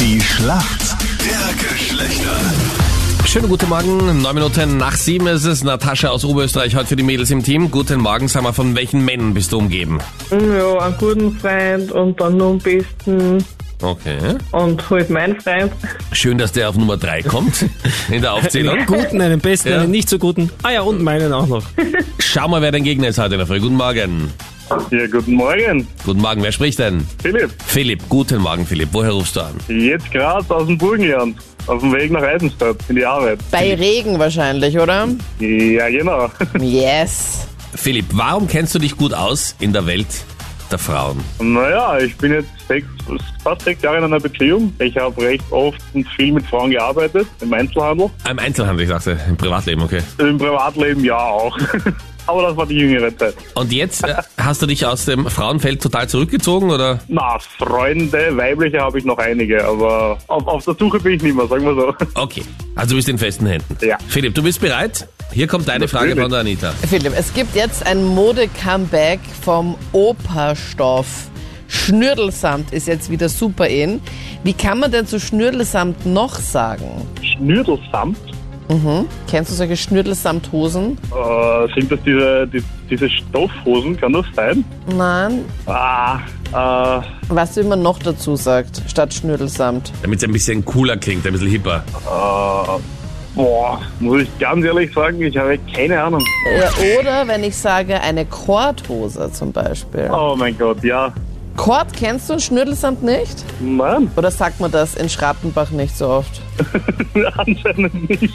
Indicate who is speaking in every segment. Speaker 1: Die Schlacht der Geschlechter.
Speaker 2: Schönen guten Morgen, neun Minuten nach sieben ist es. Natascha aus Oberösterreich heute für die Mädels im Team. Guten Morgen, sag mal, von welchen Männern bist du umgeben?
Speaker 3: Ja, einen guten Freund und dann nur am besten
Speaker 2: Okay.
Speaker 3: und halt mein Freund.
Speaker 2: Schön, dass der auf Nummer drei kommt in der Aufzählung.
Speaker 4: guten, einen besten,
Speaker 2: Ja.
Speaker 4: einen nicht so guten. Ah ja, und meinen auch noch.
Speaker 2: Schau mal, wer dein Gegner ist heute in der Früh. Guten Morgen.
Speaker 5: Ja, guten Morgen,
Speaker 2: Guten Morgen, wer spricht denn?
Speaker 5: Philipp.
Speaker 2: Philipp, guten Morgen, Philipp. Woher rufst du an?
Speaker 5: Jetzt gerade aus dem Burgenland, auf dem Weg nach Eisenstadt in die Arbeit.
Speaker 6: Bei Regen wahrscheinlich, oder?
Speaker 5: Ja, genau.
Speaker 6: Yes.
Speaker 2: Philipp, warum kennst du dich gut aus in der Welt der Frauen?
Speaker 5: Naja, ich bin jetzt sechs, fast sechs Jahre in einer Beziehung. Ich habe recht oft und viel mit Frauen gearbeitet, im Einzelhandel.
Speaker 2: Im Einzelhandel, ich dachte, im Privatleben, okay.
Speaker 5: Im Privatleben ja auch. Aber das war die jüngere Zeit.
Speaker 2: Und jetzt äh, hast du dich aus dem Frauenfeld total zurückgezogen, oder?
Speaker 5: Na, Freunde, weibliche habe ich noch einige, aber auf, auf der Suche bin ich nicht mehr, sagen wir so.
Speaker 2: Okay, also du bist in festen Händen.
Speaker 5: Ja.
Speaker 2: Philipp, du bist bereit? Hier kommt deine Frage
Speaker 5: Natürlich.
Speaker 2: von der Anita.
Speaker 6: Philipp, es gibt jetzt ein Mode-Comeback vom Operstoff. Schnürdelsamt ist jetzt wieder super in. Wie kann man denn zu Schnürdelsamt noch sagen?
Speaker 5: Schnürdelsamt,
Speaker 6: Kennst du solche Schnürdelsamthosen?
Speaker 5: äh, sind das diese, die, diese Stoffhosen, kann das sein?
Speaker 6: Nein.
Speaker 5: Ah, äh,
Speaker 6: Weißt du, wie man noch dazu sagt, statt Schnürdelsamt?
Speaker 2: Damit es ein bisschen cooler klingt, ein bisschen hipper.
Speaker 5: Äh, boah, muss ich ganz ehrlich sagen, ich habe keine Ahnung.
Speaker 6: Ja, oder wenn ich sage, eine Kordhose zum Beispiel.
Speaker 5: Oh mein Gott, ja.
Speaker 6: Kord kennst du und Schnürdelsamt nicht?
Speaker 5: Nein,
Speaker 6: Oder sagt man das in Schrattenbach nicht so oft?
Speaker 5: anscheinend nicht.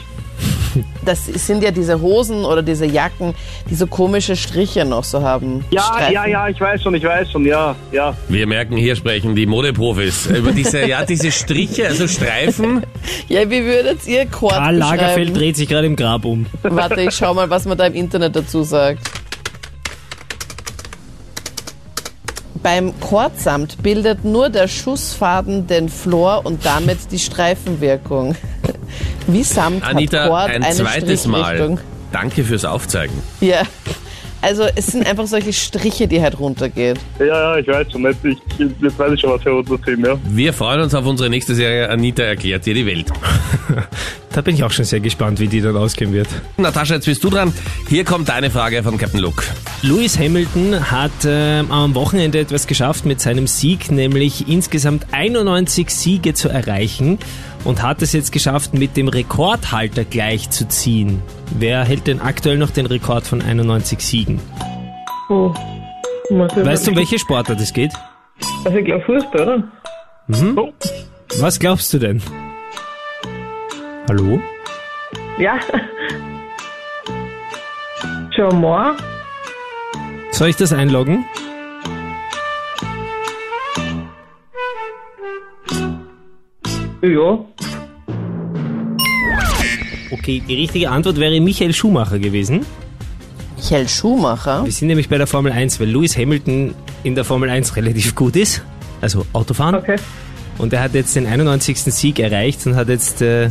Speaker 6: Das sind ja diese Hosen oder diese Jacken, die so komische Striche noch so haben.
Speaker 5: Ja,
Speaker 6: Streifen.
Speaker 5: ja, ja, ich weiß schon, ich weiß schon, ja, ja.
Speaker 2: Wir merken, hier sprechen die Modeprofis über diese, ja, diese Striche, also Streifen.
Speaker 6: Ja, wie würdet ihr Kord
Speaker 4: Karl Lagerfeld
Speaker 6: beschreiben?
Speaker 4: dreht sich gerade im Grab um.
Speaker 6: Warte, ich schau mal, was man da im Internet dazu sagt. Beim Kordsamt bildet nur der Schussfaden den Flor und damit die Streifenwirkung. Wie Samt
Speaker 2: Anita,
Speaker 6: hat Kord
Speaker 2: ein
Speaker 6: eine
Speaker 2: zweites
Speaker 6: Strichrichtung.
Speaker 2: Mal. Danke fürs Aufzeigen.
Speaker 6: Ja. Also es sind einfach solche Striche, die halt runtergeht.
Speaker 5: Ja, ja, ich weiß schon, jetzt, ich, jetzt weiß ich schon, was wir unter sind, ja.
Speaker 2: Wir freuen uns auf unsere nächste Serie. Anita erklärt dir die Welt.
Speaker 4: Da bin ich auch schon sehr gespannt, wie die dann ausgehen wird.
Speaker 2: Natascha, jetzt bist du dran. Hier kommt deine Frage von Captain Luke.
Speaker 4: Lewis Hamilton hat ähm, am Wochenende etwas geschafft mit seinem Sieg, nämlich insgesamt 91 Siege zu erreichen und hat es jetzt geschafft, mit dem Rekordhalter gleichzuziehen. Wer hält denn aktuell noch den Rekord von 91 Siegen?
Speaker 3: Oh. Muss ich
Speaker 4: Weißt du, um welche Sportart es geht?
Speaker 3: Also ich glaube Fußball, oder?
Speaker 4: Mhm.
Speaker 3: Oh.
Speaker 4: Was glaubst du denn? Hallo?
Speaker 3: Ja. Schon mal.
Speaker 4: Soll ich das einloggen?
Speaker 3: Ja.
Speaker 4: Okay, die richtige Antwort wäre Michael Schumacher gewesen.
Speaker 6: Michael Schumacher?
Speaker 4: Wir sind nämlich bei der Formel 1, weil Lewis Hamilton in der Formel 1 relativ gut ist. Also Autofahren.
Speaker 3: Okay.
Speaker 4: Und er hat jetzt den 91. Sieg erreicht und hat jetzt äh,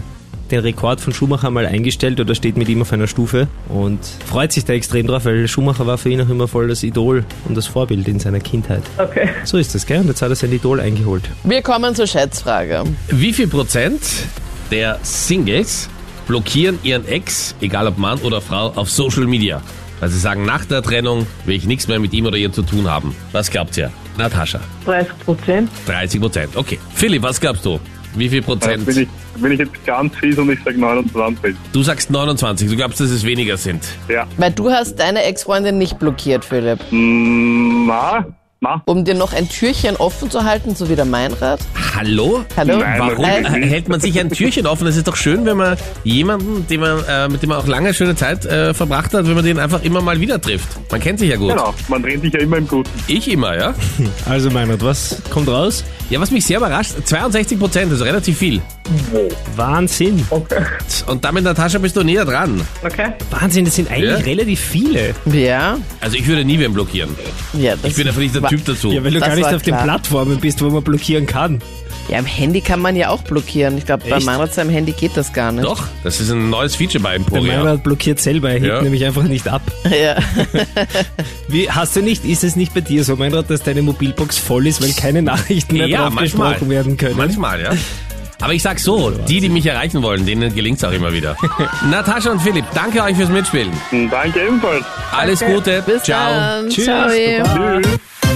Speaker 4: den Rekord von Schumacher mal eingestellt oder steht mit ihm auf einer Stufe und freut sich da extrem drauf, weil Schumacher war für ihn auch immer voll das Idol und das Vorbild in seiner Kindheit.
Speaker 3: Okay.
Speaker 4: So ist das, gell? Und jetzt hat er sein Idol eingeholt.
Speaker 6: Wir kommen zur Schätzfrage.
Speaker 2: Wie viel Prozent der Singles blockieren ihren Ex, egal ob Mann oder Frau, auf Social Media? Weil sie sagen, nach der Trennung will ich nichts mehr mit ihm oder ihr zu tun haben. Was glaubt ihr? Natascha,
Speaker 3: 30 Prozent.
Speaker 2: 30 Prozent. Okay. Philipp, was glaubst du? Wie viel
Speaker 5: Jetzt bin
Speaker 2: Prozent?
Speaker 5: ich, bin ich jetzt ganz fies und ich sage 29.
Speaker 2: Du sagst 29. Du glaubst, dass es weniger sind.
Speaker 5: Ja.
Speaker 6: Weil du hast deine Ex-Freundin nicht blockiert, Philipp.
Speaker 5: Na, na,
Speaker 6: Um dir noch ein Türchen offen zu halten, so wie der Meinrad.
Speaker 2: Hallo?
Speaker 6: Hallo?
Speaker 5: Nein,
Speaker 2: Warum
Speaker 5: natürlich
Speaker 6: Äh,
Speaker 5: nicht.
Speaker 2: hält man sich ein Türchen offen? Es ist doch schön, wenn man jemanden, den man, äh, mit dem man auch lange schöne Zeit äh, verbracht hat, wenn man den einfach immer mal wieder trifft. Man kennt sich ja gut.
Speaker 5: Genau, man dreht sich ja immer im Guten.
Speaker 2: Ich immer, ja?
Speaker 4: Also Meinert, was kommt raus?
Speaker 2: Ja, was mich sehr überrascht, 62 Prozent, also relativ viel.
Speaker 4: Wahnsinn.
Speaker 6: Oh.
Speaker 2: Und damit, Natascha, bist du näher dran.
Speaker 3: Okay.
Speaker 4: Wahnsinn, das sind eigentlich
Speaker 2: Ja.
Speaker 4: relativ viele.
Speaker 6: Ja.
Speaker 2: Also ich würde nie wen blockieren.
Speaker 6: ja das
Speaker 2: Ich bin einfach nicht der
Speaker 6: war-
Speaker 2: Typ dazu.
Speaker 4: Ja, weil du
Speaker 6: Das
Speaker 4: gar nicht
Speaker 6: war
Speaker 4: auf
Speaker 6: klar.
Speaker 4: den Plattformen bist, wo man blockieren kann.
Speaker 6: Ja, im Handy kann man ja auch blockieren. Ich glaube, bei
Speaker 4: Echt?
Speaker 6: Meinrad seinem Handy geht das gar nicht.
Speaker 2: Doch, das ist ein neues Feature bei
Speaker 4: Der
Speaker 2: Emporia.
Speaker 4: Meinrad blockiert selber, er hebt
Speaker 2: Ja.
Speaker 4: nämlich einfach nicht ab.
Speaker 6: Ja.
Speaker 4: Wie, hast du nicht, ist es nicht bei dir so, Meinrad, dass deine Mobilbox voll ist, weil keine Nachrichten mehr drauf gesprochen werden können?
Speaker 2: Manchmal, ja. Aber ich sag so, die, die mich erreichen wollen, denen gelingt's auch immer wieder. Natascha und Philipp, danke euch fürs Mitspielen.
Speaker 5: Danke ebenfalls.
Speaker 2: Alles Gute.
Speaker 6: Bis
Speaker 2: Ciao.
Speaker 6: dann.
Speaker 4: Tschüss,
Speaker 6: Ciao.
Speaker 4: Baba.
Speaker 5: Tschüss.